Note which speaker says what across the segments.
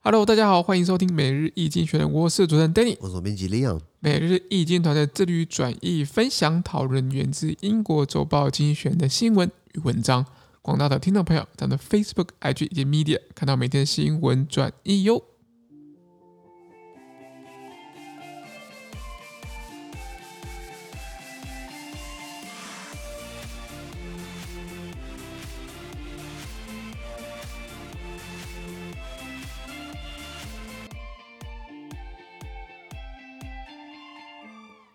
Speaker 1: Hello，大家好，欢迎收听每日易经学人，我是主持人 Danny。
Speaker 2: 我是总编辑 Leon。
Speaker 1: 每日易经团的致力于转译、分享、讨论源自英国周报《精选》的新闻与文章。广大的听众朋友，咱们 Facebook、IG 以及 Media 看到每天新闻转译哟。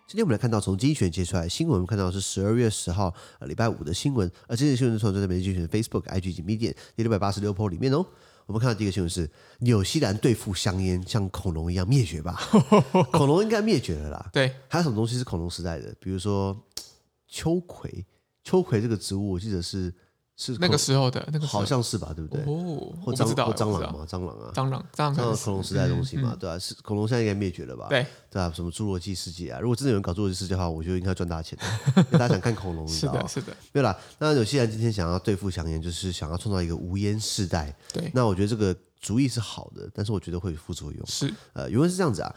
Speaker 2: 今天我们来看到从精选截出来的新闻，我们看到是十二月十号呃礼拜五的新闻，而这些新闻是从在每日精选 Facebook、IG 及 Medium 第六百八十六 p 里面哦。我们看到第一个新闻是纽西兰对付香烟，像恐龙一样灭 绝吧？恐龙应该灭绝了啦。
Speaker 1: 对，
Speaker 2: 还有什么东西是恐龙时代的？比如说秋葵，秋葵这个植物我记得是是
Speaker 1: 那个时候的那个时候
Speaker 2: 好像是吧，对不对？
Speaker 1: 哦，
Speaker 2: 或
Speaker 1: 我
Speaker 2: 蟑
Speaker 1: 不知道，我
Speaker 2: 或
Speaker 1: 不
Speaker 2: 蟑
Speaker 1: 知
Speaker 2: 螂
Speaker 1: 道
Speaker 2: 嘛，蟑螂啊，
Speaker 1: 蟑螂，蟑螂可
Speaker 2: 蟑
Speaker 1: 能
Speaker 2: 螂
Speaker 1: 是嗯
Speaker 2: 恐龙时代的东西嘛，对吧、啊是恐龙现在应该灭绝了吧？
Speaker 1: 对，
Speaker 2: 对啊，什么侏罗纪世界啊？如果真的有人搞侏罗纪世界的话，我觉得应该赚大钱 的，因为大家想看恐龙，你知
Speaker 1: 是
Speaker 2: 道吗
Speaker 1: 的，？是的，
Speaker 2: 对啦，那有些人今天想要对付香烟，就是想要创造一个无烟世代。
Speaker 1: 对，
Speaker 2: 那我觉得这个主意是好的，但是我觉得会有副作用。
Speaker 1: 是，
Speaker 2: Uh, 原文是这样子啊。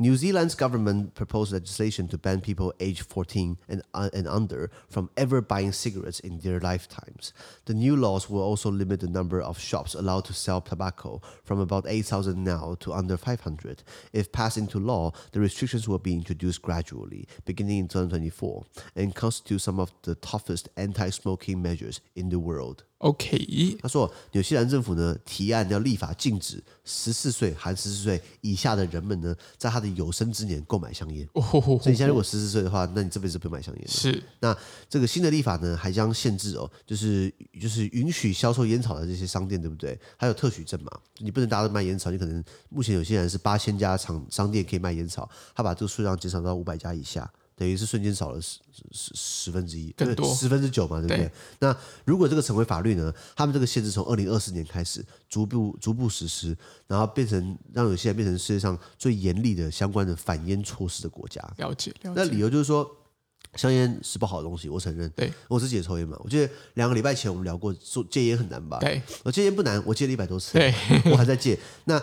Speaker 2: New Zealand's government proposed legislation to ban people aged 14 and, and under from ever buying cigarettes in their lifetimes. The new laws will also limit the number of shops allowed to sell tobacco from about 8,000 now to under 500. If passed into law, the restrictions will be introduced gradually, beginning in 2024, and constitute some of the toughest anti smoking measures in the world.
Speaker 1: OK，
Speaker 2: 他说，纽西兰政府呢提案要立法禁止十四岁含十四岁以下的人们呢，在他的有生之年购买香烟。
Speaker 1: 哦吼吼
Speaker 2: 所以你现在如果十四岁的话，那你这辈子不用买香烟了。
Speaker 1: 是
Speaker 2: 那这个新的立法呢，还将限制哦，就是就是允许销售烟草的这些商店，对不对？还有特许证嘛，你不能大家都卖烟草，你可能目前有些人是八千家厂商店可以卖烟草，他把这个数量减少到五百家以下。等于是瞬间少了十十十分之一，
Speaker 1: 更多
Speaker 2: 十分之九嘛，对不对？
Speaker 1: 对
Speaker 2: 那如果这个成为法律呢？他们这个限制从二零二四年开始逐步逐步实施，然后变成让有些人变成世界上最严厉的相关的反烟措施的国家。
Speaker 1: 了解了
Speaker 2: 那
Speaker 1: 解，
Speaker 2: 理由就是说，香烟是不好的东西，我承认。
Speaker 1: 对，
Speaker 2: 我自己也抽烟嘛。我记得两个礼拜前我们聊过，说戒烟很难吧？
Speaker 1: 对
Speaker 2: 我戒烟不难，我戒了一百多次，
Speaker 1: 对
Speaker 2: 我还在戒。那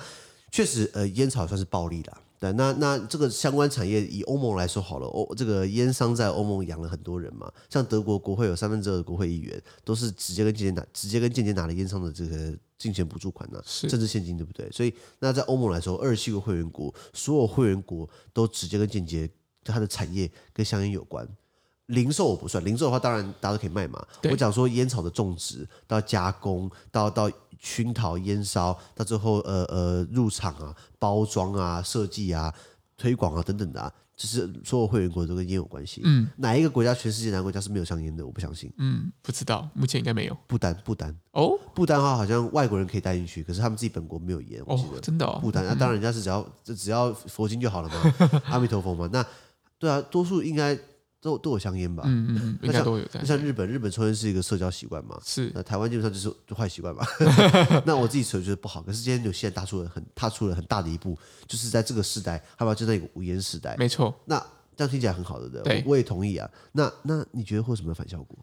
Speaker 2: 确实，呃，烟草算是暴利啦。对，那那这个相关产业以欧盟来说好了，欧这个烟商在欧盟养了很多人嘛，像德国国会有三分之二的国会议员都是直接跟间接拿直接跟间接拿了烟商的这个竞选补助款呐、
Speaker 1: 是
Speaker 2: 政治现金对不对？所以那在欧盟来说，二十七个会员国，所有会员国都直接跟间接它的产业跟香烟有关。零售我不算，零售的话当然大家都可以卖嘛。
Speaker 1: 对
Speaker 2: 我讲说烟草的种植到加工，到到熏陶、烟烧，到最后呃呃入场啊、包装啊、设计啊、推广啊等等的啊，就是所有会员国都跟烟有关系。
Speaker 1: 嗯，
Speaker 2: 哪一个国家全世界哪个国家是没有香烟的？我不相信。
Speaker 1: 嗯，不知道，目前应该没有
Speaker 2: 不丹，不丹，
Speaker 1: 哦
Speaker 2: 不丹的话好像外国人可以带进去，可是他们自己本国没有烟。我记
Speaker 1: 哦
Speaker 2: 得，
Speaker 1: 真的哦，
Speaker 2: 不丹，那、当然人家是只要只要佛经就好了嘛，阿弥陀佛嘛。那对啊，多数应该都都有香烟吧？
Speaker 1: 嗯嗯嗯，应该都有在
Speaker 2: 就，像日本，日本抽烟是一个社交习惯嘛，
Speaker 1: 是
Speaker 2: 那台湾基本上就是就坏习惯嘛。 那我自己觉得不好，可是今天纽西兰踏出了很踏出了很大的一步，就是在这个时代，他们要进到一个无烟时代。
Speaker 1: 没错。
Speaker 2: 那这样听起来很好，对不对？
Speaker 1: 对
Speaker 2: 我我也同意啊。那那你觉得会有什么反效果？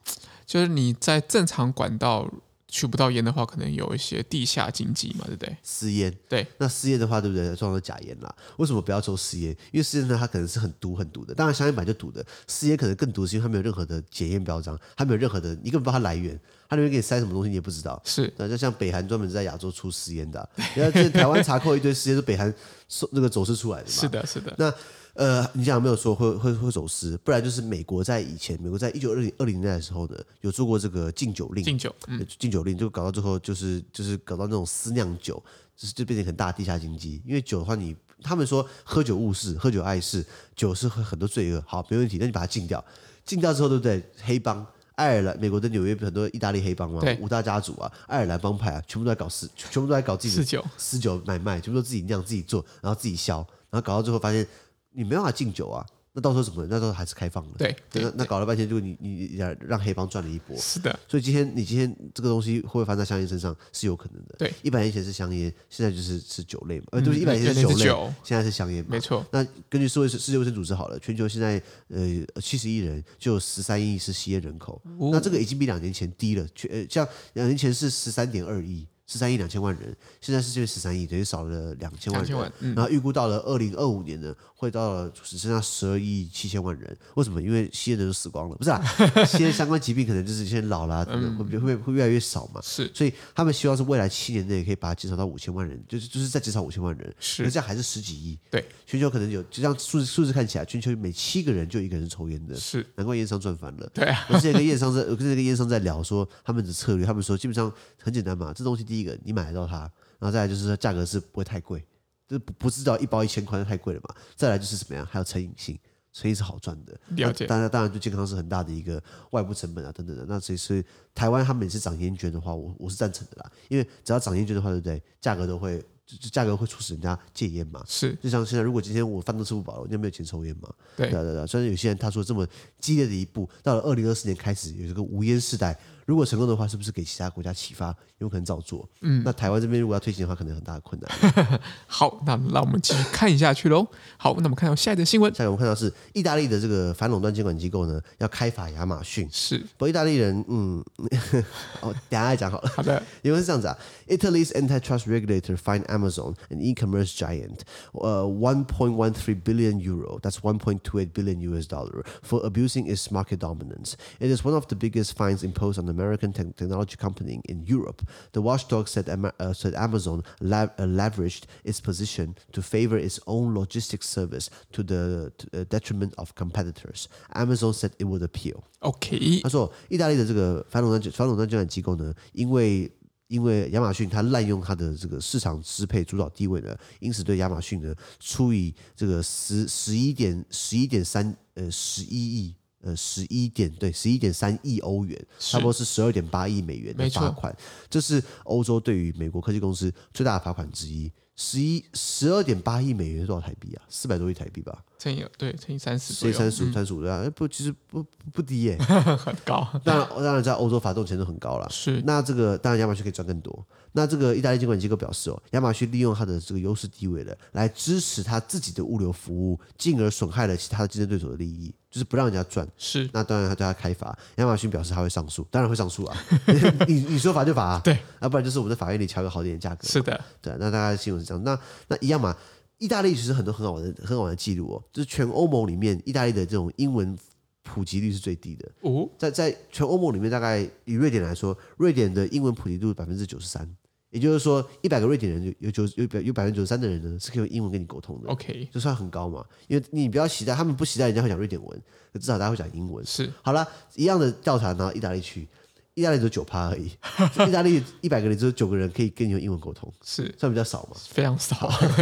Speaker 1: 就是你在正常管道取不到烟的话，可能有一些地下经济嘛，对不对？
Speaker 2: 私烟。
Speaker 1: 对，
Speaker 2: 那私烟的话，对不对？通常都假烟啦。为什么不要抽私烟？因为私烟呢，它可能是很毒很毒的。当然，香烟本来就毒的，私烟可能更毒，是因为它没有任何的检验标章，它没有任何的，你根本不知道它来源，它里面给你塞什么东西你也不知道。
Speaker 1: 是
Speaker 2: 啊那就像北韩专门在亚洲出私烟的、啊，然后这台湾查扣一堆私烟，是北韩收那个走私出来的嘛？
Speaker 1: 是的，是的，
Speaker 2: 那呃，你讲有没有说会会会走私，不然就是美国在以前，美国在一九二零二零年代的时候呢，有做过这个禁酒令，
Speaker 1: 敬酒，嗯，
Speaker 2: 禁酒令就搞到最后就是就是搞到那种私酿酒，就是就变成很大的地下经济。因为酒的话你，他们说喝酒误事，喝酒碍事，酒是很多罪恶。好，没问题，那你把它禁掉，禁掉之后，对不对？黑帮。爱尔兰、美国的纽约很多意大利黑帮嘛
Speaker 1: 对，
Speaker 2: 五大家族啊，爱尔兰帮派啊，全部都在搞私，全部都在搞自己
Speaker 1: 四
Speaker 2: 的
Speaker 1: 九，
Speaker 2: 私酒买卖，全部都自己酿、自己做，然后自己销，然后搞到最后发现你没办法禁酒啊，那到时候怎么？那到时候还是开放了。
Speaker 1: 对对
Speaker 2: 那那搞了半天，就你你你让让黑帮赚了一波，
Speaker 1: 是的，
Speaker 2: 所以今天你今天这个东西会不会发生在香烟身上是有可能的。
Speaker 1: 对，
Speaker 2: 一百年前是香烟，现在就是是酒类嘛，呃，
Speaker 1: 嗯
Speaker 2: 对，一百年前
Speaker 1: 原来是
Speaker 2: 酒类啊
Speaker 1: 酒，
Speaker 2: 现在是香烟嘛
Speaker 1: 没。错，
Speaker 2: 那根据世卫世界卫生组织好了，全球现在呃七十亿人，就有十三亿
Speaker 1: 哦嗯
Speaker 2: 是吸烟人口，那这个已经比两年前低了，全呃像两年前是十三点二亿，十三亿两千万人，现在世界十三亿，等于少了两千万
Speaker 1: 两千
Speaker 2: 人。
Speaker 1: 万，嗯，
Speaker 2: 然后预估到了二零二五年呢，会到了只剩下十二亿七千万人。为什么？因为吸烟的都死光了，不 是啊？吸烟相关疾病可能就是现在老啦、
Speaker 1: 嗯
Speaker 2: 等等，会不会会越来越少嘛？
Speaker 1: 是
Speaker 2: 所以他们希望是未来七年内可以把它减少到五千万人，就是就是再减少五千万人，可
Speaker 1: 是
Speaker 2: 是这样还是十几亿。
Speaker 1: 对，
Speaker 2: 全球可能有，就像数字数字看起来，全球每七个人就有一个人是抽烟的，
Speaker 1: 是，
Speaker 2: 难怪烟商赚翻了。
Speaker 1: 对啊，
Speaker 2: 我之前跟烟商在，我之前跟烟商在聊说他们的策略，他们说基本上很简单嘛，这东西第一个你买得到它，然后再来就是说价格是不会太贵，就是不不知道一包一千块太贵了嘛。再来就是怎么样，还有成瘾性，成瘾是好赚的。
Speaker 1: 了解
Speaker 2: 当然，当然对健康是很大的一个外部成本啊，等等的。那所以是台湾他们也是涨烟卷的话，我我是赞成的啦，因为只要涨烟卷的话，对不对？价格都会，就就价格会促使人家戒烟嘛。
Speaker 1: 是，
Speaker 2: 就像现在，如果今天我饭都吃不饱了，我就没有钱抽烟嘛。
Speaker 1: 对
Speaker 2: 对啊对啊。虽然有些人他说这么激烈的一步，到了二零二四年开始有这个无烟世代，如果成功的话，是不是给其他国家启发，有可能照做？嗯，那台湾这边如果要推行的话，可能有很大的困难。
Speaker 1: 好，那让我们继续看下去喽。好，那我们看到下一则新闻
Speaker 2: 下一个我们看到是意大利的这个反垄断监管机构呢，要开罚亚马逊。
Speaker 1: 是，
Speaker 2: 不过意大利人，嗯， 哦，等一下再讲好了。
Speaker 1: 好的，
Speaker 2: 因为是这样子啊，Italy's antitrust regulator fined Amazon, an e-commerce giant, uh, 1.13 billion euro, that's 1.28 billion US dollar, for abusing its market dominance. It is one of the biggest fines imposed on American tech- technology company in Europe. The watchdog said, Ama- uh, said Amazon la- uh, leveraged its position to favor its own logistics service to the to, uh, detriment of competitors. Amazon said it would appeal.
Speaker 1: OK，
Speaker 2: 他说，意大利的这个反垄断反垄断监管机构呢，因为因为亚马逊它滥用它的这个市场支配主导地位呢，因此对亚马逊呢处以这个十十一点十一点三呃十一亿呃十一点对十一点三亿欧元，
Speaker 1: 是
Speaker 2: 差不多是十二点八亿美元的
Speaker 1: 没错
Speaker 2: 罚款，这是欧洲对于美国科技公司最大的罚款之一。十一十二点八亿美元是多少台币啊？四百多亿台币吧，
Speaker 1: 乘以对乘以三十左
Speaker 2: 所以三
Speaker 1: 右，
Speaker 2: 十五三十五对啊，哎不，其实不不不低耶、
Speaker 1: 很高，
Speaker 2: 当然，当然在欧洲罚动程度很高了。
Speaker 1: 是
Speaker 2: 那这个当然亚马逊可以赚更多。那这个意大利监管机构表示哦，亚马逊利用它的这个优势地位呢，来支持它自己的物流服务，进而损害了其他的竞争对手的利益，就是不让人家赚。
Speaker 1: 是，
Speaker 2: 那当然，他对他开罚。亚马逊表示他会上诉，当然会上诉啊。 你你说罚就罚、啊，
Speaker 1: 对，
Speaker 2: 要、不然就是我们在法院里调个好一点的价格。
Speaker 1: 是的，
Speaker 2: 对，啊那大概新闻是这样。那那一样嘛，意大利其实很多很好玩的、很好玩的记录哦，就是全欧盟里面，意大利的这种英文普及率是最低的。
Speaker 1: 哦，
Speaker 2: 在在全欧盟里面，大概以瑞典来说，瑞典的英文普及度百分之九十三，也就是说，一百个瑞典人有有九有百有百分之九十三的人呢是可以用英文跟你沟通的，
Speaker 1: OK，
Speaker 2: 就算很高嘛。因为你不要期待他们不期待人家会讲瑞典文，至少大家会讲英文。
Speaker 1: 是
Speaker 2: 好了，一样的调查拿到意大利去，意大利只有九趴而已，就意大利一百个人只有九个人可以跟你用英文沟通，
Speaker 1: 是
Speaker 2: 算比较少嘛。
Speaker 1: 非常少，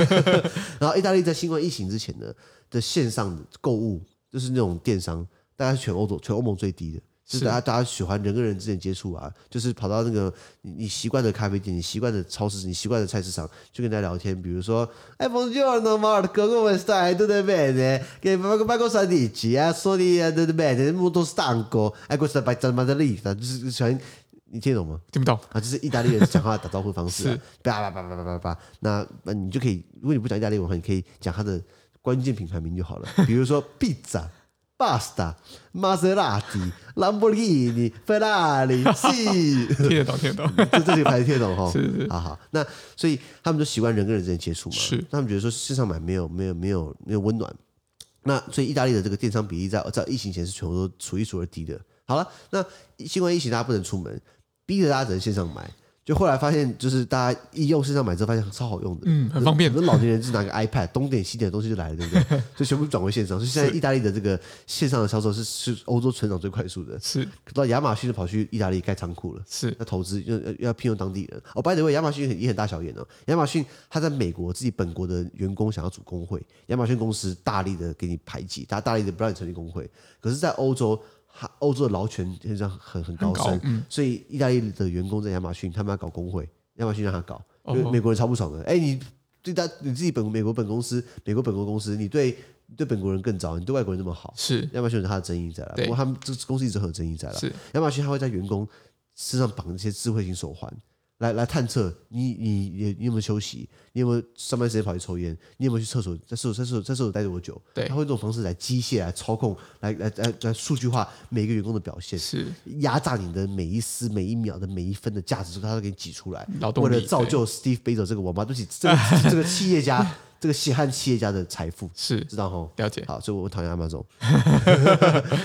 Speaker 2: 然后意大利在新冠疫情之前呢的线上购物，就是那种电商，大概是全欧洲全欧盟最低的。就
Speaker 1: 是
Speaker 2: 是大家大家喜欢人跟人之间接触啊，就是跑到那个你你习惯的咖啡店，你习惯的超市，你习惯的菜市场，去跟大家聊天。比如说，哎，buongiorno Marco, come stai? Tutto bene? Che ma cosa dici? Ah, sono tutto bene, molto stanco. Eh, questa pizza margherita，就是喜欢，你听得懂吗？
Speaker 1: 听不懂，
Speaker 2: 啊，就是意大利人讲话打招呼的方式、啊
Speaker 1: 是，
Speaker 2: 叭叭叭叭叭叭叭，那那你就可以，如果你不讲意大利文的话，你可以讲它的关键品牌名就好了， 比如说 pizza。Pasta, Maserati, Lamborghini, Ferrari, sì，
Speaker 1: 听得懂，听得懂，
Speaker 2: 这这几个牌子听得懂 哈。
Speaker 1: 是是
Speaker 2: 好哦啊好，那所以他们就习惯人跟人之间接触嘛，
Speaker 1: 是
Speaker 2: 那他们觉得说线上买没有没有没有没有温暖。那所以意大利的这个电商比例在在疫情前是全国都数一数二低的。好了，那新冠疫情大家不能出门，逼着大家只能线上买。就后来发现，就是大家一用线上买之后，发现超好用的，
Speaker 1: 嗯很方便
Speaker 2: 很多老年人就拿个 iPad，东点西点东西就来了，对不对？ 所以全部转回线上。所以现在意大利的这个线上的销售是是欧洲成长最快速 的。
Speaker 1: 是
Speaker 2: 到亚马逊就跑去意大利盖仓库了。
Speaker 1: 是
Speaker 2: 要投资，要要要聘用当地人。哦、b y the way，亚马逊也很大小眼哦。亚马逊他在美国自己本国的员工想要组工会，亚马逊公司大力的给你排挤，他大力的不让你成立工会。可是，在欧洲，他欧洲的劳权现在很很高
Speaker 1: 很
Speaker 2: 升
Speaker 1: 高，嗯
Speaker 2: 所以意大利的员工在亚马逊，他们要搞工会，亚马逊让他搞，因为
Speaker 1: 哦
Speaker 2: 美国人超不爽的。哎、你对他你自己本美国本公司，美国本国公司，你对你对本国人更糟，你对外国人这么好，
Speaker 1: 是
Speaker 2: 亚马逊有他的争议在了。
Speaker 1: 对
Speaker 2: 不过他们这公司一直很有争议在了。
Speaker 1: 是
Speaker 2: 亚马逊它会在员工身上绑一些智慧型手环，来来探测你你你你有没有休息，你有没有上班时间跑去抽烟，你有没有去厕所，在厕所在厕所在厕所待多久？
Speaker 1: 对
Speaker 2: 他会用这种方式来机械来操控，来来来来数据化每个员工的表现，
Speaker 1: 是
Speaker 2: 压榨你的每一丝每一秒的每一分的价值，他都给你挤出来，
Speaker 1: 劳动
Speaker 2: 为
Speaker 1: 力
Speaker 2: 了造就 Steve Bezos 这个王八，对不起，这个 这个企业家，这个血汗企业家的财富，
Speaker 1: 是
Speaker 2: 知道吼？
Speaker 1: 了解，
Speaker 2: 好，所以我讨厌 Amazon。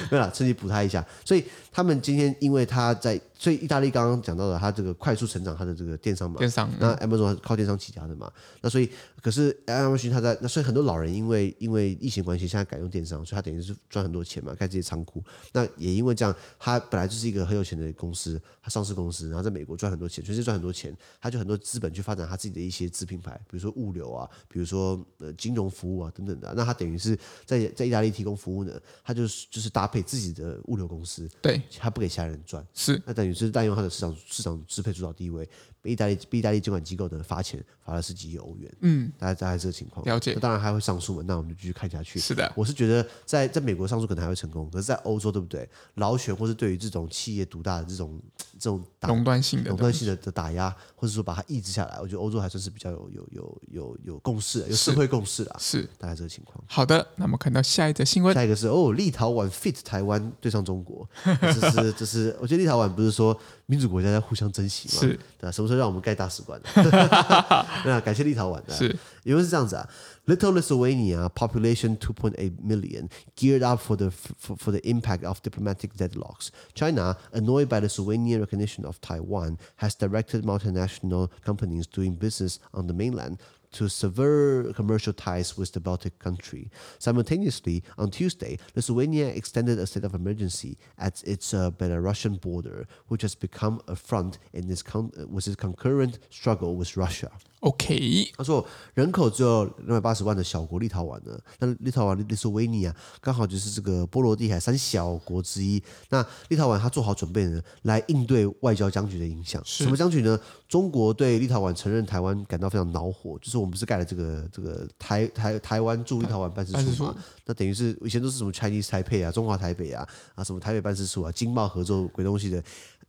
Speaker 2: 对了，趁机补他一下。所以他们今天，因为他在，所以意大利刚刚讲到了，他这个快速成长，他的这个电商嘛，
Speaker 1: 电商
Speaker 2: 那 Amazon 它是靠电商起家的嘛，那所以可是 Amazon 它在那，所以很多老人因为因为疫情关系，现在改用电商，所以他等于是赚很多钱嘛，开这些仓库。那也因为这样，他本来就是一个很有钱的公司，他上市公司，然后在美国赚很多钱，全世界赚很多钱，他就很多资本去发展他自己的一些子品牌，比如说物流啊，比如说呃金融服务啊等等的啊。那他等于是在在意大利提供服务呢，他就是就是搭配自己的物流公司，
Speaker 1: 对，
Speaker 2: 他不给其他人赚。
Speaker 1: 是
Speaker 2: 那等于是滥用它的市场市场支配主导地位，被意大利被意大利监管机构呢罚钱，罚了十几亿欧元。嗯，大概大概这个情况。
Speaker 1: 了解
Speaker 2: 那当然还会上诉嘛，那我们就继续看下去。
Speaker 1: 是的，
Speaker 2: 我是觉得在在美国上诉可能还会成功，可是，在欧洲对不对？劳权或是对于这种企业独大的这种这种打
Speaker 1: 垄断性的
Speaker 2: 垄
Speaker 1: 东
Speaker 2: 断
Speaker 1: 西，
Speaker 2: 性的的打压，或者说把它抑制下来，我觉得欧洲还算是比较有有有有有共识的，有
Speaker 1: 是
Speaker 2: 社会共识啦。
Speaker 1: 是
Speaker 2: 大概这个情况。
Speaker 1: 好的。那么看到下一则新闻，
Speaker 2: 下一个是哦，立陶宛 fit 台湾对上中国，这是这是，我觉得立陶宛不是说民主国家在互相珍惜嘛，
Speaker 1: 是
Speaker 2: 对啊，什么时候让我们盖大使馆呢？ 那感谢立陶宛的、
Speaker 1: 是
Speaker 2: 因为是这样子啊，Little Lithuania population 2.8 million geared up for the for, for the impact of diplomatic deadlocks. China, annoyed by the Lithuanian recognition of Taiwan, has directed multinational companies doing business on the mainland to sever commercial ties with the Baltic country. Simultaneously, on Tuesday, Lithuania extended a state of emergency at its uh, Belarusian border, which has become a front in its con- with its concurrent struggle with Russia.
Speaker 1: OK，
Speaker 2: 他说，人口只有两百八十万的小国立陶宛呢，那立陶宛、利索维尼亚刚好就是这个波罗的海三小国之一。那立陶宛他做好准备呢，来应对外交僵局的影响。什么僵局呢？中国对立陶宛承认台湾感到非常恼火，就是我们不是盖了这个这个台台台湾驻立陶宛办事
Speaker 1: 办事
Speaker 2: 处嘛
Speaker 1: 处？
Speaker 2: 那等于是以前都是什么 Chinese 台北啊、中华台北啊、啊什么台北办事处啊、经贸合作鬼东西的。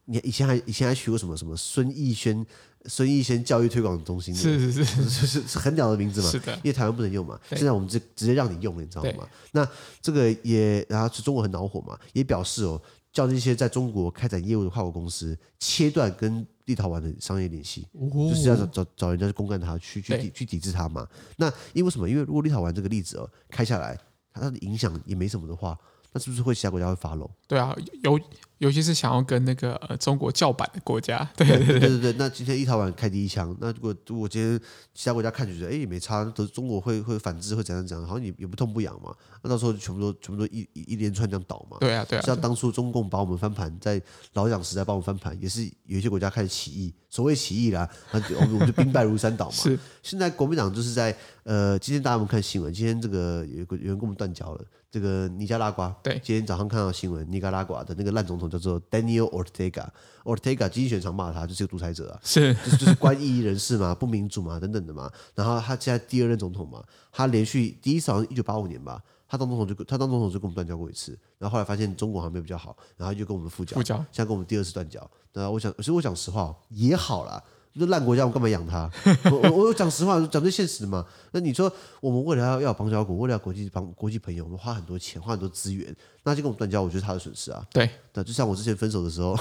Speaker 2: 你以前还以前还取过什么什么孙逸轩孙逸轩教育推广中心的
Speaker 1: 是是是，
Speaker 2: 就是是很屌的名字嘛，
Speaker 1: 是的
Speaker 2: 因为台湾不能用嘛，
Speaker 1: 对
Speaker 2: 现在我们直直接让你用了，你知道
Speaker 1: 对
Speaker 2: 吗？那这个也，然后中国很恼火嘛，也表示哦，叫那些在中国开展业务的跨国公司切断跟立陶宛的商业联系。
Speaker 1: 哦
Speaker 2: 就是要找找找人家去公干他，去去
Speaker 1: 对
Speaker 2: 抵去抵制他嘛。那因为什么？因为如果立陶宛这个例子哦开下来，它的影响也没什么的话，那是不是会其他国家会发漏？
Speaker 1: 对啊，尤尤其是想要跟那个呃中国叫板的国家，对对
Speaker 2: 对对对，那今天立陶宛开第一枪，那如果如果今天其他国家看觉得哎也没差，都是中国会会反制会怎样怎样，好像也也不痛不痒嘛，那到时候就全部都全部都一一一连串这样倒嘛。
Speaker 1: 对啊对啊，
Speaker 2: 像当初中共把我们翻盘，在老蒋时代把我们翻盘，也是有一些国家开始起义，所谓起义啦，那就我们我们就兵败如山倒嘛。
Speaker 1: 是
Speaker 2: 现在国民党就是在呃，今天大家有没有看新闻？今天这个有一个有人跟我们断交了，这个尼加拉瓜。
Speaker 1: 对
Speaker 2: 今天早上看到新闻，尼加拉瓜的那个烂总统叫做 Daniel Ortega。Ortega 经济学常骂他就是个独裁者啊，
Speaker 1: 是
Speaker 2: 就是就是关异议人士嘛，不民主嘛，等等的嘛。然后他现在第二任总统嘛，他连续第一次好像一九八五年吧，他当总统就他当总统就跟我们断交过一次，然后后来发现中国好像没有比较好，然后就跟我们复交，
Speaker 1: 复交
Speaker 2: 现在跟我们第二次断交。那我想，其实我讲实话哦也好啦。那烂国家，我干嘛养他？ 我我我讲实话，讲最现实的嘛。那你说，我们为了要要有邦交国，为了要国际邦国际朋友，我们花很多钱，花很多资源，那就跟我们断交，我觉得他的损失啊。
Speaker 1: 对
Speaker 2: 对，就像我之前分手的时候，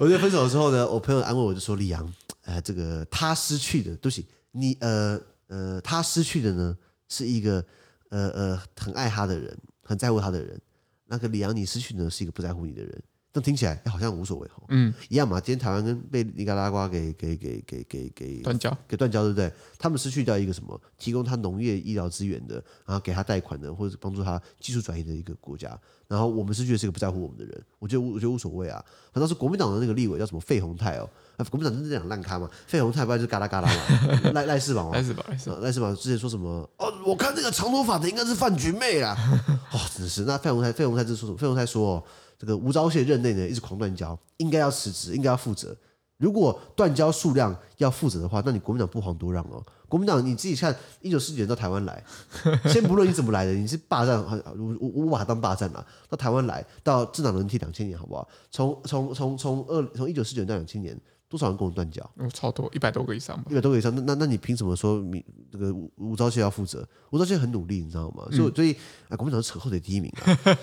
Speaker 2: 我之前分手的时候呢，我朋友安慰我就说：“李阳，呃，这个他失去的，对不起，你呃呃，他失去的呢是一个呃呃很爱他的人，很在乎他的人。那个李阳，你失去的呢是一个不在乎你的人。”但听起来、哎好像无所谓哈，嗯，一样嘛。今天台湾跟被尼加拉瓜给给给给给给
Speaker 1: 断交，
Speaker 2: 给断交，对不对？他们失去掉一个什么，提供他农业、医疗资源的，然后给他贷款的，或者是帮助他技术转移的一个国家。然后我们失去的是一个不在乎我们的人，我觉得无我觉得无所谓啊。反倒是国民党的那个立委叫什么费鸿泰哦，啊，国民党就是那两烂咖嘛，费鸿泰不然就是嘎啦嘎啦嘛，赖赖世宝嘛
Speaker 1: 开。始吧开始吧，
Speaker 2: 赖世宝之前说呃什么？哦，我看那个长头发的应该是范菊妹啦。 哦，真是。那费鸿泰，费鸿泰是说什么？费鸿泰说、哦，这个吴钊燮任内呢一直狂断交，应该要辞职，应该要负责。如果断交数量要负责的话，那你国民党不遑多让哦。国民党你自己看，一九四九年到台湾来，先不论你怎么来的，你是霸占，呃我我我把它当霸占了。到台湾来，到政党轮替两千年，好不好？从从从从二从一九四九到两千年，多少人跟我断交？
Speaker 1: 我超多一百多个以上吧
Speaker 2: 一。百多个以上，那那那你凭什么说你这个吴吴钊燮要负责？吴钊燮很努力，你知道吗？所以所以啊，国民党是扯后腿第一名啊，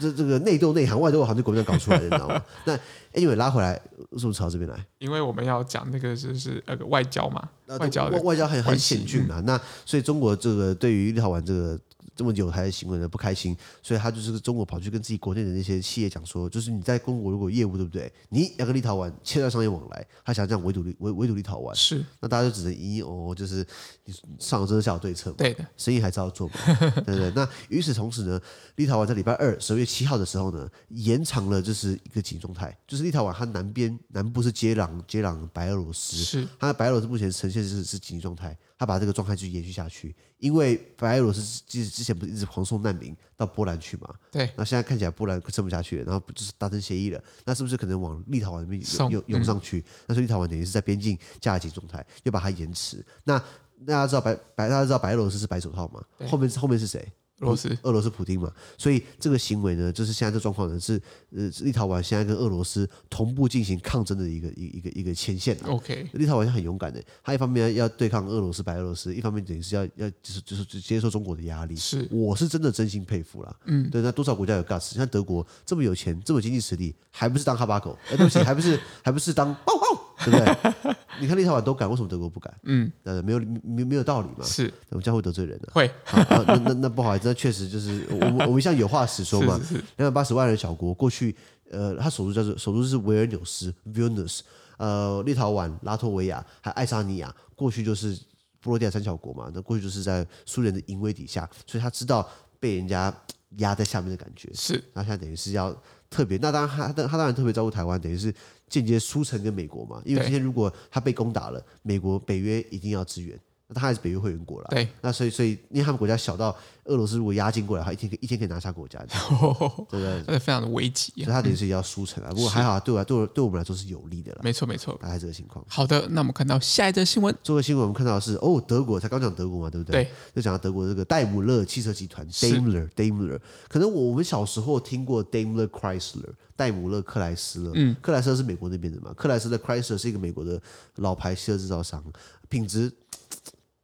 Speaker 2: 这这个内斗内行外斗好像就国民党搞出来的，你知道吗？那 anyway 拉回来，为什么扯到这边来？
Speaker 1: 因为我们要讲那个就是那个外交嘛，
Speaker 2: 那
Speaker 1: 呃外交
Speaker 2: 外
Speaker 1: 的
Speaker 2: 外交很很
Speaker 1: 关系嗯
Speaker 2: 险峻啊。那所以中国这个对于立陶宛这个这么有台的行为呢不开心，所以他就是中国跑去跟自己国内的那些企业讲说，就是你在中国如果有业务对不对？你要跟立陶宛切断商业往来，他想这样围堵立围围堵立陶宛，
Speaker 1: 是
Speaker 2: 那大家就只能一哦，就是你上有政策下有对策嘛。
Speaker 1: 对的，
Speaker 2: 生意还是要做嘛，对不对？那与此同时呢，立陶宛在礼拜二十二月七号的时候呢，延长了就是一个紧急状态，就是立陶宛它南边南部是接壤接壤白俄罗斯，
Speaker 1: 是
Speaker 2: 它的白俄罗斯目前呈现是是紧急状态，它把这个状态去延续下去，因为白俄罗斯之之前不是一直狂送难民到波兰去嘛，
Speaker 1: 对，
Speaker 2: 那现在看起来波兰撑不下去了，然后不就是达成协议了，那是不是可能往立陶宛那边
Speaker 1: 送嗯
Speaker 2: 涌涌涌上去？那所以立陶宛等于是在边境架紧状态，又把它延迟。那大家知道白白大家知道白俄罗斯是白手套嘛？后面后面是谁？
Speaker 1: 俄罗斯
Speaker 2: 俄罗斯普丁嘛，所以这个行为呢，就是现在这状况呢，是呃立陶宛现在跟俄罗斯同步进行抗争的一个一一个一个牵线、啊。
Speaker 1: OK，
Speaker 2: 立陶宛很勇敢的，他一方面要对抗俄罗斯、白俄罗斯，一方面等于是要要就是就是就是接受中国的压力。
Speaker 1: 是
Speaker 2: 我是真的真心佩服啦。嗯，对，那多少国家有 guts？像德国这么有钱，这么经济实力，还不是当哈巴狗？哎，对不起，还不是还不是当 汪汪，对不对？你看立陶宛都敢，为什么德国不敢？嗯，呃，没有没没有道理嘛，
Speaker 1: 是
Speaker 2: 我们这样会得罪人的、
Speaker 1: 会
Speaker 2: 好啊，那那那不好意思，那确实就是我们我们像有话实说嘛
Speaker 1: 是是是，
Speaker 2: 两百八十万人小国，过去呃，它首都叫做首都是维尔纽斯 （Vilnius），呃，立陶宛、拉脱维亚还爱沙尼亚，过去就是波罗的海三小国嘛，那过去就是在苏联的淫威底下，所以他知道被人家压在下面的感觉，
Speaker 1: 是
Speaker 2: 那现在等于是要特别，那当然他他他当然特别照顾台湾，等于是间接输成跟美国嘛，因为
Speaker 1: 对
Speaker 2: 今天如果他被攻打了，美国北约一定要支援，那他还是北约会员国啦。
Speaker 1: 对，
Speaker 2: 那所以所以因为他们国家小到俄罗斯如果压境过来，他一天可以一天可以拿下国家，你知道吗对不对？
Speaker 1: 那非常的危急
Speaker 2: 所以
Speaker 1: 啊，
Speaker 2: 他等于是要输成啊，不过还好啊对我来对我对我们来说是有利的啦，
Speaker 1: 没错没错。
Speaker 2: 大概这个情况。
Speaker 1: 好的，那我们看到下一则新闻，
Speaker 2: 这个新闻我们看到的是哦，德国才刚讲德国嘛，对不对？
Speaker 1: 对，
Speaker 2: 就讲到德国这个戴姆勒汽车集团 Daimler Daimler，可能我们小时候听过 Daimler Chrysler 戴姆勒克莱斯勒，嗯，克莱斯勒是美国那边的嘛，克莱斯勒 Chrysler 是一个美国的老牌汽车制造商，品质。嘖嘖嘖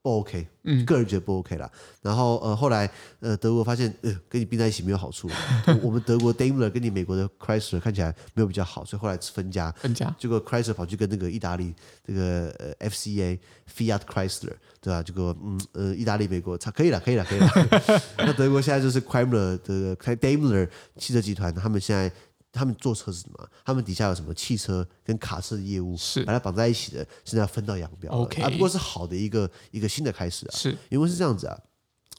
Speaker 2: 不 OK，嗯，个人觉得不 OK 啦。然后呃，后来呃，德国发现呃，跟你并在一起没有好处。我我们德国 Daimler 跟你美国的 Chrysler 看起来没有比较好，所以后来分家。
Speaker 1: 分家
Speaker 2: 结果 Chrysler 跑去跟那个意大利这个呃 FCA Fiat Chrysler 对吧、结果嗯呃，意大利、美国，差可以了，可以了，可以了。 那德国现在就是 Chrysler 的呃 Daimler 汽车集团，他们现在他们做车子嘛，他们底下有什么汽车跟卡车的业务，
Speaker 1: 是
Speaker 2: 把它绑在一起的，现在要分道扬镳了。
Speaker 1: OK
Speaker 2: 啊，不过是好的一个一个新的开始啊。
Speaker 1: 是
Speaker 2: 因为是这样子啊。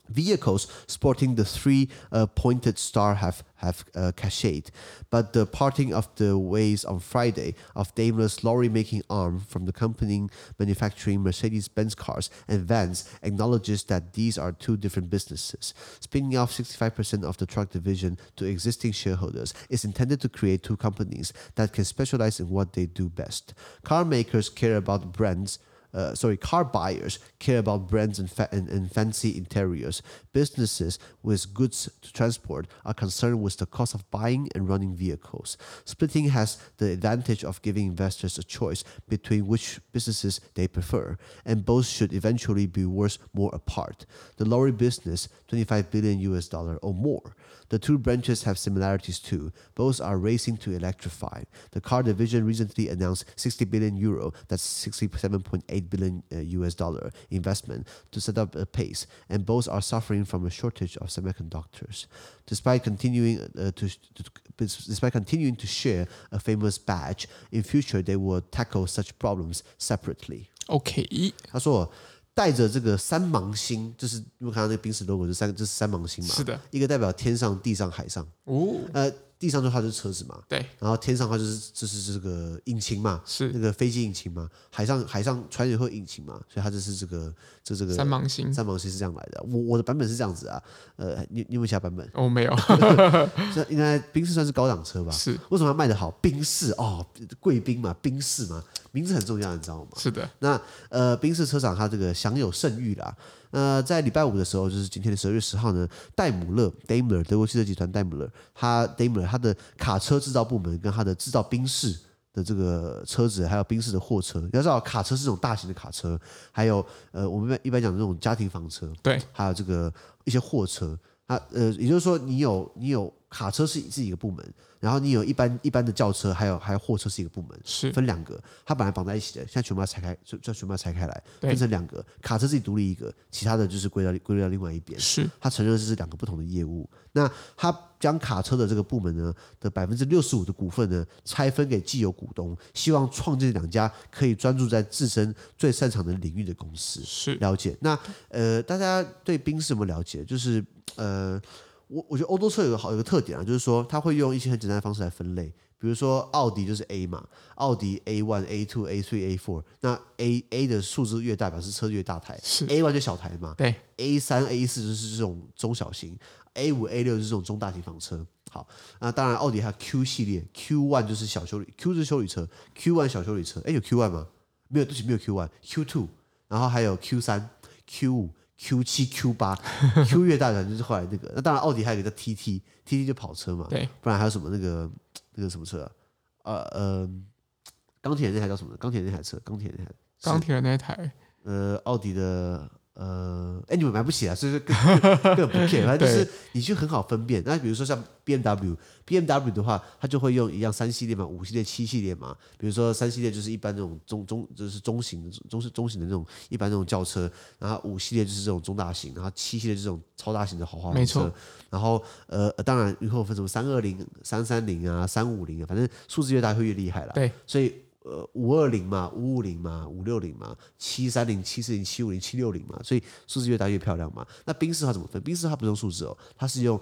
Speaker 2: Vehicles sporting the three uh, pointed star have have uh, cachet, but the parting of the ways on Friday of Daimler's lorry-making arm from the company manufacturing Mercedes-Benz cars and vans acknowledges that these are two different businesses. Spinning off 65% of the truck division to existing shareholders is intended to create two companies that can specialize in what they do best. Car makers care about brands uh, sorry, car buyers care about brands and, fa- and, and fancy interiors. Businesses with goods to transport are concerned with the cost of buying and running vehicles. Splitting has the advantage of giving investors a choice between which businesses they prefer, and both should eventually be worth more apart. The lorry business, 25 billion US dollar or more. The two branches have similarities too. Both are racing to electrify. The car division recently announced 60 billion euro, that's 67.8 billion uh, US dollar investment to set up a pace, and both are suffering from a shortage of semiconductors. Despite continuing uh, to, to despite continuing to share a famous badge, in future they will tackle such problems separately.
Speaker 1: ，OK，
Speaker 2: 他说带着这个三芒星，就是因为看到那个冰室 logo，就三这、就是三芒星嘛，
Speaker 1: 是的，
Speaker 2: 一个代表天上、地上、海上，
Speaker 1: 哦，
Speaker 2: 呃，地上的话就是车子嘛，
Speaker 1: 对，
Speaker 2: 然后天上的话就是就是这个引擎嘛，
Speaker 1: 是
Speaker 2: 那个飞机引擎嘛，海上海上船也会有引擎嘛，所以它就是这个这这个
Speaker 1: 三芒星，
Speaker 2: 三芒星是这样来的。啊我我的版本是这样子啊，呃，你你有没有其他版本？
Speaker 1: 哦，没有，
Speaker 2: 这应该宾士算是高档车吧？
Speaker 1: 是
Speaker 2: 为什么它卖的好？宾士哦，贵宾嘛，宾士嘛，名字很重要，你知道吗？
Speaker 1: 是的，
Speaker 2: 那呃，宾士车厂它这个享有盛誉啦。呃，在礼拜五的时候，就是今天的十二月十号呢，戴姆勒 （Daimler） 德国汽车集团戴姆勒，它 Daimler 它的卡车制造部门跟它的制造宾士的这个车子，还有宾士的货车。要知道，卡车是这种大型的卡车，还有呃，我们一般讲的这种家庭房车，
Speaker 1: 对，
Speaker 2: 还有这个一些货车。它呃，也就是说，你有你有卡车是是一个部门，然后你有一般一般的轿车，还有还有货车是一个部门，
Speaker 1: 是
Speaker 2: 分两个，它本来绑在一起的，现在全部要拆开，就就全部要拆开来，
Speaker 1: 对
Speaker 2: 分成两个。卡车自己独立一个，其他的就是归到归到另外一边。
Speaker 1: 是
Speaker 2: 他承认这是两个不同的业务。那他将卡车的这个部门呢的百分之六十五的股份呢拆分给既有股东，希望创建两家可以专注在自身最擅长的领域的公司。
Speaker 1: 是
Speaker 2: 了解。那呃，大家对宾士有没有了解？就是呃，我我觉得欧洲车有个好有个特点啊，就是说它会用一些很简单的方式来分类，比如说奥迪就是 A 嘛，奥迪 A one、A two、A three、A four，那 A A 的数字越大，表示车越大台
Speaker 1: 是
Speaker 2: ，A one 就小台嘛，
Speaker 1: 对
Speaker 2: ，A 三、A 四就是这种中小型，A 五、A 六就是这种中大型房车。好，那当然，奥迪还有 Q 系列，Q one 就是小修理，Q 是修理车，Q one 小修理车，哎，有 Q one 吗？没有，对不起，没有 Q one，Q two，然后还有 Q 三、Q 五、Q 七、Q 八，Q 越大的就是后来那个。那当然，奥迪还有一个叫 TT，TT 就跑车嘛，
Speaker 1: 对，
Speaker 2: 不然还有什么那个那个什么车啊？呃呃，钢铁人那台叫什么？钢铁人那台车，钢铁人那台是
Speaker 1: 钢铁人那一台，
Speaker 2: 呃，奥迪的呃，哎，你们买不起啊，所以说 根本根本不 care，反正就是你去很好分辨。那比如说像 BMW，BMW 的话，它就会用一样三系列嘛、五系列、七系列嘛。比如说三系列就是一般那种中中就是中型中是中型的那种一般那种轿车，然后五系列就是这种中大型，然后七系列就是这种超大型的豪华
Speaker 1: 没
Speaker 2: 房
Speaker 1: 错
Speaker 2: 车。然后呃，呃当然以后分什么三二零、三三零啊、三五零啊，反正数字越大会越厉害啦。
Speaker 1: 对，
Speaker 2: 所以呃五二零嘛、五五零嘛、五六零嘛、七三零、七四零、七五零、七六零嘛，所以数字越大越漂亮嘛。那宾士它怎么分？宾士它不是用数字哦，它是用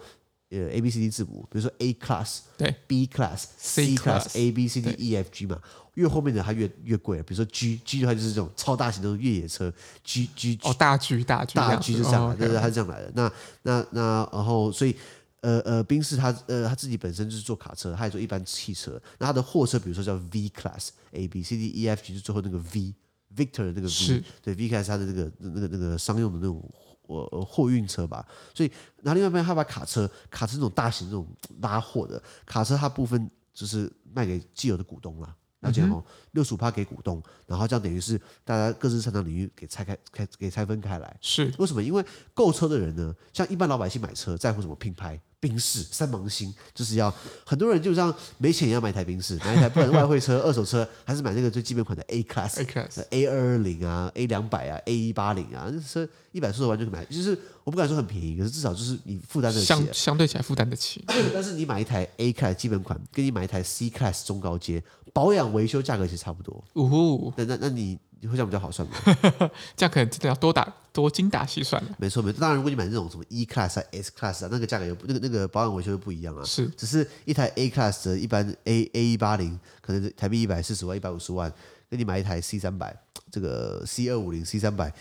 Speaker 2: 呃 A B C D 字母，比如说 A class，
Speaker 1: 对
Speaker 2: ，B class、
Speaker 1: C class
Speaker 2: A B C D E F G 嘛，越后面的它越越贵了。比如说 G G 的话就是这种超大型的越野车，G G
Speaker 1: 哦，大巨大巨
Speaker 2: 大 G 是这样哦来的，对对，
Speaker 1: 对
Speaker 2: 他是这样来的。那那那，然后所以。呃呃，宾士他呃他自己本身就是做卡车，他也做一般汽车。那他的货车，比如说叫 V Class A B C D E F G，就最后那个 V Victor 的那个 V，
Speaker 1: 是
Speaker 2: 对 V Class 它的那个那个那个商用的那种货呃货运车吧。所以，那另外一边他把卡车，卡车那种大型那种拉货的卡车，它部分就是卖给既有的股东啦。了解哦，六十五趴给股东，然后这样等于是大家各自擅长领域给拆开、开给拆分开来。
Speaker 1: 是
Speaker 2: 为什么？因为购车的人呢，像一般老百姓买车，在乎什么品牌、宾士、三芒星，就是要很多人就像没钱也要买一台宾士，买一台不管是外汇车、 二手车，还是买那个最基本款的 A Class
Speaker 1: A、class
Speaker 2: A 二二零啊、A 两百啊、A 一八零啊，那车一百出头完就可以买。就是我不敢说很便宜，可是至少就是你负担得起啊。
Speaker 1: 相相对起来负担得起，
Speaker 2: 但是你买一台 A Class 基本款，跟你买一台 C Class 中高阶，保养维修价格其实差不多。
Speaker 1: 呜呼，
Speaker 2: 那那那你你会这样比较好算吗？
Speaker 1: 这样可能真的要多打多精打细算了，
Speaker 2: 没错，没错。当然，如果你买那种什么 E class 啊、S class 啊，那个价格又不那个那个保养维修又不一样啊。
Speaker 1: 是
Speaker 2: 只是一台 A class 的一般 A A 一八零，可能台币一百四十万、一百五十万，跟你买一台 C 三百，这个 C 二五零、C 三百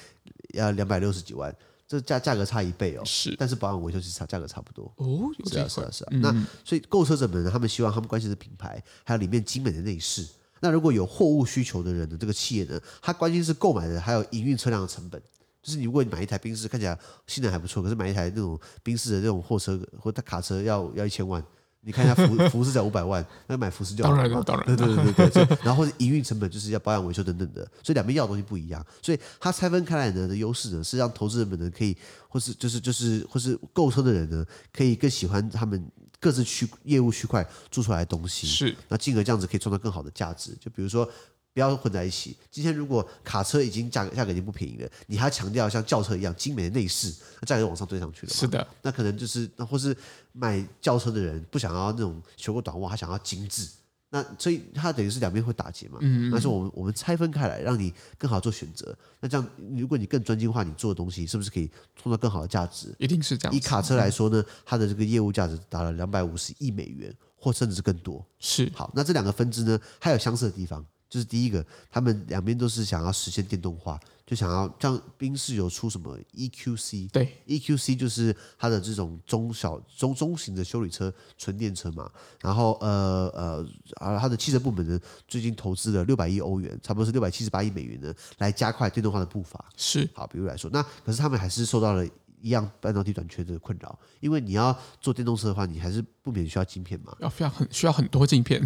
Speaker 2: 要两百六十几万，这价价格差一倍哦。
Speaker 1: 是
Speaker 2: 但是保养维修其实差价格差不多。
Speaker 1: 哦，有
Speaker 2: 是
Speaker 1: 这
Speaker 2: 啊
Speaker 1: 一
Speaker 2: 是
Speaker 1: 块嗯
Speaker 2: 啊是啊。那所以购车者们呢，他们希望他们关心的品牌，还有里面精美的内饰。那如果有货物需求的人呢，这个企业呢，他关心是购买的，还有营运车辆的成本。就是你如果你买一台宾士，看起来性能还不错，可是买一台那种宾士的那种货车或者卡车要要一千万，你看一下福福斯才五百万，那买福斯就好
Speaker 1: 当
Speaker 2: 了
Speaker 1: 然
Speaker 2: 嘛
Speaker 1: 了，当然
Speaker 2: 对对对对对，所以然后或者营运成本就是要保养维修等等的，所以两边要的东西不一样，所以它拆分开来呢的优势呢是让投资人们呢可以，或是就是就是或是购车的人呢可以更喜欢他们各自区业务区块做出来的东西，
Speaker 1: 是
Speaker 2: 那进而这样子可以创造更好的价值。就比如说，不要混在一起。今天如果卡车已经价格价格已经不便宜了，你还强调像轿车一样精美的内饰，那价格就往上追上去了嘛。
Speaker 1: 是的，
Speaker 2: 那可能就是那或是买轿车的人不想要那种修过短袜，他想要精致。那所以它等于是两边会打结嘛，嗯，那是我们我们拆分开来，让你更好做选择。那这样，如果你更专精化你做的东西，是不是可以创造更好的价值？
Speaker 1: 一定是这样
Speaker 2: 以
Speaker 1: 子，
Speaker 2: 卡车来说呢，它的这个业务价值达了两百五十亿美元，或甚至是更多。
Speaker 1: 是
Speaker 2: 好，那这两个分支呢，还有相似的地方，就是第一个，他们两边都是想要实现电动化，就想要像宾士有出什么 E EQC，
Speaker 1: 对
Speaker 2: ，EQC ，E 就是它的这种中小中中型的修理车纯电车嘛，然后呃呃啊，它的汽车部门呢，最近投资了六百亿欧元，差不多是六百七十八亿美元呢，来加快电动化的步伐。
Speaker 1: 是
Speaker 2: 好，比如来说，那可是他们还是受到了一样半导体短缺的困扰，因为你要做电动车的话，你还是不免需要晶片嘛。
Speaker 1: 要非常很需要很多镜 片，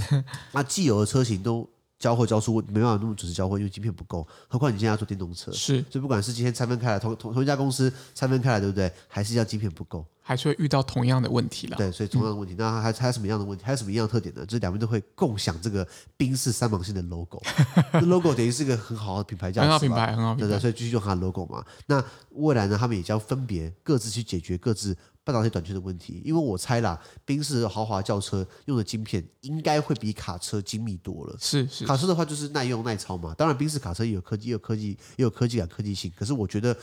Speaker 2: 那既有的车型都交货交出，没办法那么准时交货，因为晶片不够。何况你现在要做电动车，
Speaker 1: 是
Speaker 2: 所以不管是今天拆分开来，同同同一家公司拆分开来，对不对？还是一样晶片不够。
Speaker 1: 还是会遇到同样的问题啦。
Speaker 2: 对，所以同样的问题，那还还有什么样的问题？还有什么样的特点呢？就是两边都会共享这个宾士三芒星的 logo，这 logo 等于是个很好的品牌价值
Speaker 1: 很
Speaker 2: 嘛，
Speaker 1: 好品牌，很好
Speaker 2: 对
Speaker 1: 品
Speaker 2: 对，
Speaker 1: 牌，
Speaker 2: 所以继续用它的 logo 嘛。那未来呢，他们也将分别各自去解决各自半导体短缺的问题。因为我猜啦，宾士豪华轿车用的晶片应该会比卡车精密多了。
Speaker 1: 是是
Speaker 2: 卡车的话就是耐用耐操嘛，当然宾士卡车也有科技，也有科技，也有科技啊感、科技性。可是我觉得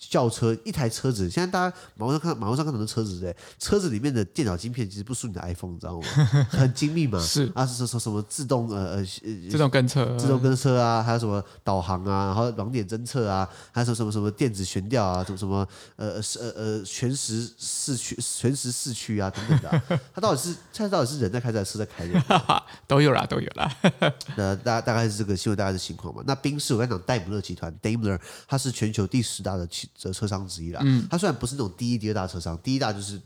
Speaker 2: 轿车一台车子，现在大家马路上看马路上看很多车子，对，车子里面的电脑晶片其实不输你的 iPhone，你知道吗？很精密嘛，
Speaker 1: 是嗯
Speaker 2: 啊，是什什么自动呃呃呃
Speaker 1: 自动跟车，
Speaker 2: 自动跟车啊，还有什么导航啊，然后网点侦测啊，还有什么什么什么电子悬吊啊，什么什么呃是呃呃全时四驱全时四驱啊等等的啊、它到底是它到底是人在开这台车在开的？
Speaker 1: 都有啦，都有啦。
Speaker 2: 那大大概是这个新闻大概是情况嘛。那宾士我刚才讲戴姆勒集团 Daimler，它是全球第十大的汽车车商之一啦。
Speaker 1: 嗯
Speaker 2: 它虽然不是那种第一、第二大车商，第一大就是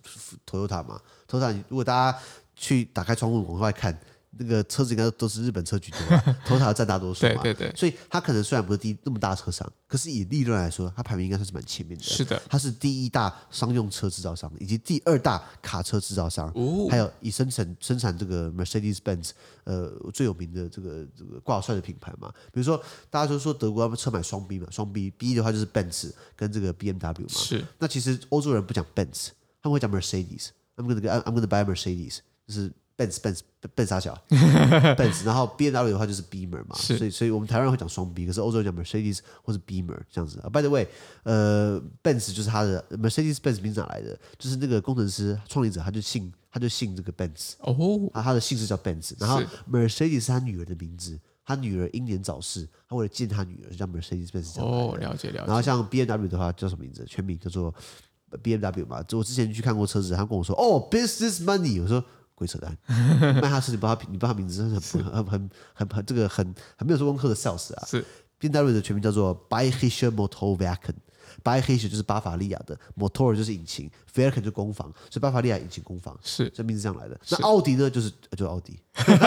Speaker 2: Toyota 嘛。Toyota 如果大家去打开窗户往外看，那个车子应该都是日本车居多啦，Toyota 占大多数
Speaker 1: 对
Speaker 2: 嘛。
Speaker 1: 对对，
Speaker 2: 所以它可能虽然不是第一那么大车商，可是以利润来说，它排名应该算是蛮前面的。
Speaker 1: 是的，
Speaker 2: 它是第一大商用车制造商，以及第二大卡车制造商，
Speaker 1: 哦
Speaker 2: 还有以生产生产这个 Mercedes Benz 呃最有名的这个这个挂帅的品牌嘛。比如说大家都说德国他们车买双 B 嘛，双 B B 的话就是 Benz 跟这个 BMW 嘛。
Speaker 1: 是
Speaker 2: 那其实欧洲人不讲 Benz，他们会讲 Mercedes。I'm gonna I'm I'm gonna buy a Mercedes，就是 Benz Benz Benz 啥小 Benz，然后 B M W 的话就是 Beamer 嘛，
Speaker 1: 是
Speaker 2: 所以所以我们台湾人会讲双 B，可是欧洲人讲 Mercedes 或是 Beamer 这样子。啊 by the way，呃，Benz 就是他的 Mercedes Benz 名字哪来的？就是那个工程师创立者，他就姓他就姓这个 Benz，
Speaker 1: 哦，
Speaker 2: 啊，他的姓氏叫 Benz，然后 Mercedes 是他女儿的名字，他女儿英年早逝，他为了纪念他女儿就叫 Mercedes Benz 这样来的。
Speaker 1: 哦，了解了
Speaker 2: 然
Speaker 1: 解，
Speaker 2: 后像 B M W 的话叫什么名字？全名叫做 B M W 嘛。就我之前去看过车子，他跟我说：“哦，Business Money。”我说：“鬼扯淡， 你卖他车，你报他你报他名字，真的很不很很很很这个很很没有做功课的 sales 啊。”
Speaker 1: 是
Speaker 2: B M W 的全名叫做 Bihischer Motorwerken。Bihischer 就是巴伐利亚的，Motor 就是引擎，Werken 就是工坊，所以巴伐利亚引擎工坊。
Speaker 1: 是。
Speaker 2: 这名字这样来的。那奥迪呢，就是呃就是 奥迪，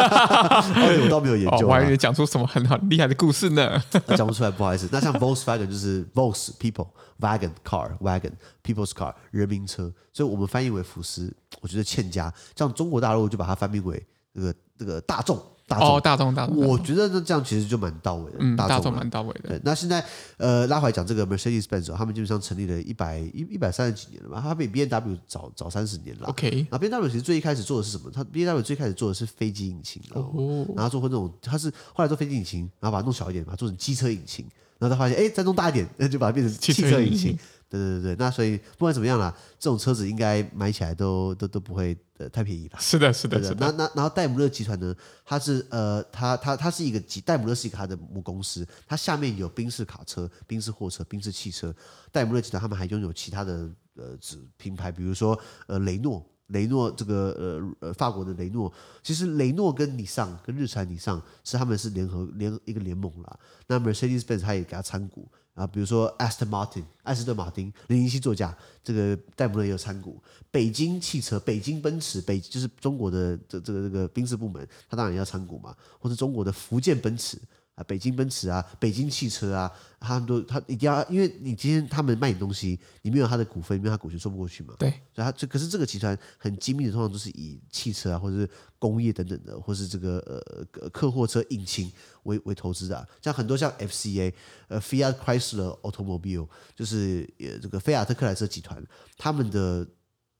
Speaker 2: 奥迪我倒没有研
Speaker 1: 哦，
Speaker 2: 究、
Speaker 1: 我
Speaker 2: 啊
Speaker 1: 还以，为讲出什么很好厉害的故事呢。
Speaker 2: 啊讲不出来，不好意思。那像 Volkswagen 就是 Volks people wagon car wagon people's car 人民车，所以我们翻译为福斯，我觉得欠佳。像中国大陆就把它翻译为这个这个大众大众，
Speaker 1: 哦，大众大众，
Speaker 2: 我觉得那这样其实就蛮到位的，
Speaker 1: 嗯，大
Speaker 2: 众
Speaker 1: 众
Speaker 2: 嘛。
Speaker 1: 蛮到位的，
Speaker 2: 对，那现在呃，拉回来讲这个 Mercedes-Benz，哦他们基本上成立了一百一一百三十几年了吧，它比 B N W 早早三十年了。
Speaker 1: OK，
Speaker 2: 啊，B W 其实最一开始做的是什么？它 B W 最开始做的是飞机引擎，然后、
Speaker 1: 哦
Speaker 2: 然后做过那种，它是后来做飞机引擎，然后把它弄小一点，把它做成机车引擎，然后再发现哎再弄大一点，那就把它变成
Speaker 1: 汽
Speaker 2: 汽
Speaker 1: 车
Speaker 2: 车
Speaker 1: 引
Speaker 2: 引
Speaker 1: 擎
Speaker 2: 擎。对对对对，那所以不管怎么样啦，这种车子应该买起来都都都不会呃太便宜啦。
Speaker 1: 是的，是的，
Speaker 2: 对
Speaker 1: 是
Speaker 2: 的，
Speaker 1: 的，
Speaker 2: 那那然后戴姆勒集团呢，它是呃，它它它是一个集，戴姆勒是一个它的母公司，它下面有宾士卡车、宾士货车、宾士汽车，戴姆勒集团他们还拥有其他的呃子品牌，比如说呃雷诺。雷诺这个呃呃法国的雷诺，其实雷诺跟尼桑跟日产尼桑是他们是联合联一个联盟啦。那 Mercedes Benz 他也给他参股啊，比如说 Aston Martin 艾斯顿马丁零零七座驾，这个戴姆勒也有参股。北京汽车、北京奔驰、北就是中国的这这个这个宾士部门，它当然也要参股嘛，或是中国的福建奔驰啊、北京奔驰啊、北京汽车啊，他们都他一定要，因为你今天他们卖你东西，你没有他的股份，没有他股权说不过去嘛。
Speaker 1: 对，
Speaker 2: 所以它这可是这个集团很精密的，通常都是以汽车啊，或者是工业等等的，或是这个呃呃客货车引擎为为投资的、啊，像很多像 FCA 呃 Fiat Chrysler Automobile 就是呃这个菲亚特克莱斯集团他们的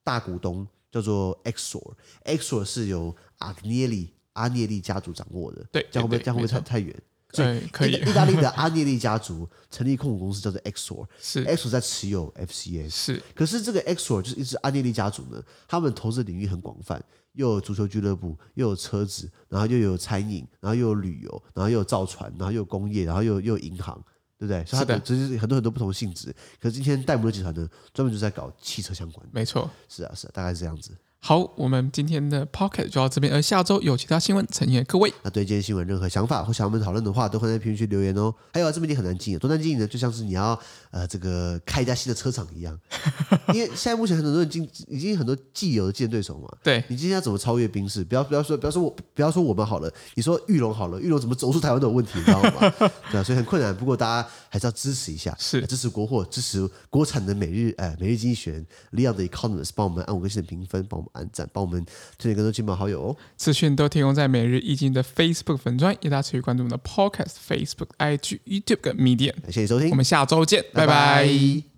Speaker 2: 大股东叫做 Exor，Exor 是由阿涅利阿涅利家族掌握的，
Speaker 1: 对
Speaker 2: 这样会不
Speaker 1: 对对
Speaker 2: 会这样会不会太
Speaker 1: 没
Speaker 2: 太远？
Speaker 1: 对，哎可以
Speaker 2: 意，大意大利的阿涅利家族成立控股公司叫做 Exor，Exor
Speaker 1: 是
Speaker 2: 在持有 FCA，
Speaker 1: 是
Speaker 2: 可是这个 Exor 就是一支安涅利家族呢，他们投资领域很广泛，又有足球俱乐部，又有车子，然后又有餐饮，然后又有旅游，然后又有造船，然后又有工业，然后又又有银行，对不对？所以它
Speaker 1: 是的
Speaker 2: 的就是很多很多不同性质。可是今天戴姆勒集团呢，专门就在搞汽车相关的。
Speaker 1: 没错。
Speaker 2: 是啊，是啊，大概是这样子。
Speaker 1: 好，我们今天的 Pocket 就到这边，而下周有其他新闻呈现给各位。
Speaker 2: 那对今天新闻任何想法或想要我们讨论的话，都欢迎在评论区留言哦。还有啊，这边你很难经营，多难经营呢？就像是你要呃这个开一家新的车厂一 样，因为现在目前很多人竞已经很多既有的竞争对手嘛，
Speaker 1: 对，
Speaker 2: 你今天要怎么超越冰室？不要不要说不要说我不要说我们好了，你说玉龙好了，玉龙怎么走出台湾都有问题，你知道吗？ 对啊，所以很困难。不过大家还是要支持一下，
Speaker 1: 是
Speaker 2: 呃支持国货，支持国产的每日呃每日经济学人 Leon 的 Economist，帮我们按五颗星的评分，帮我们按赞，帮我们推荐更多亲朋好友哦。
Speaker 1: 资讯都提供在每日易经的 Facebook 粉专，也大家持续关注我们的 Podcast、Facebook、IG、YouTube 跟 Medium。
Speaker 2: 感谢你收听，
Speaker 1: 我们下周见，拜拜
Speaker 2: 拜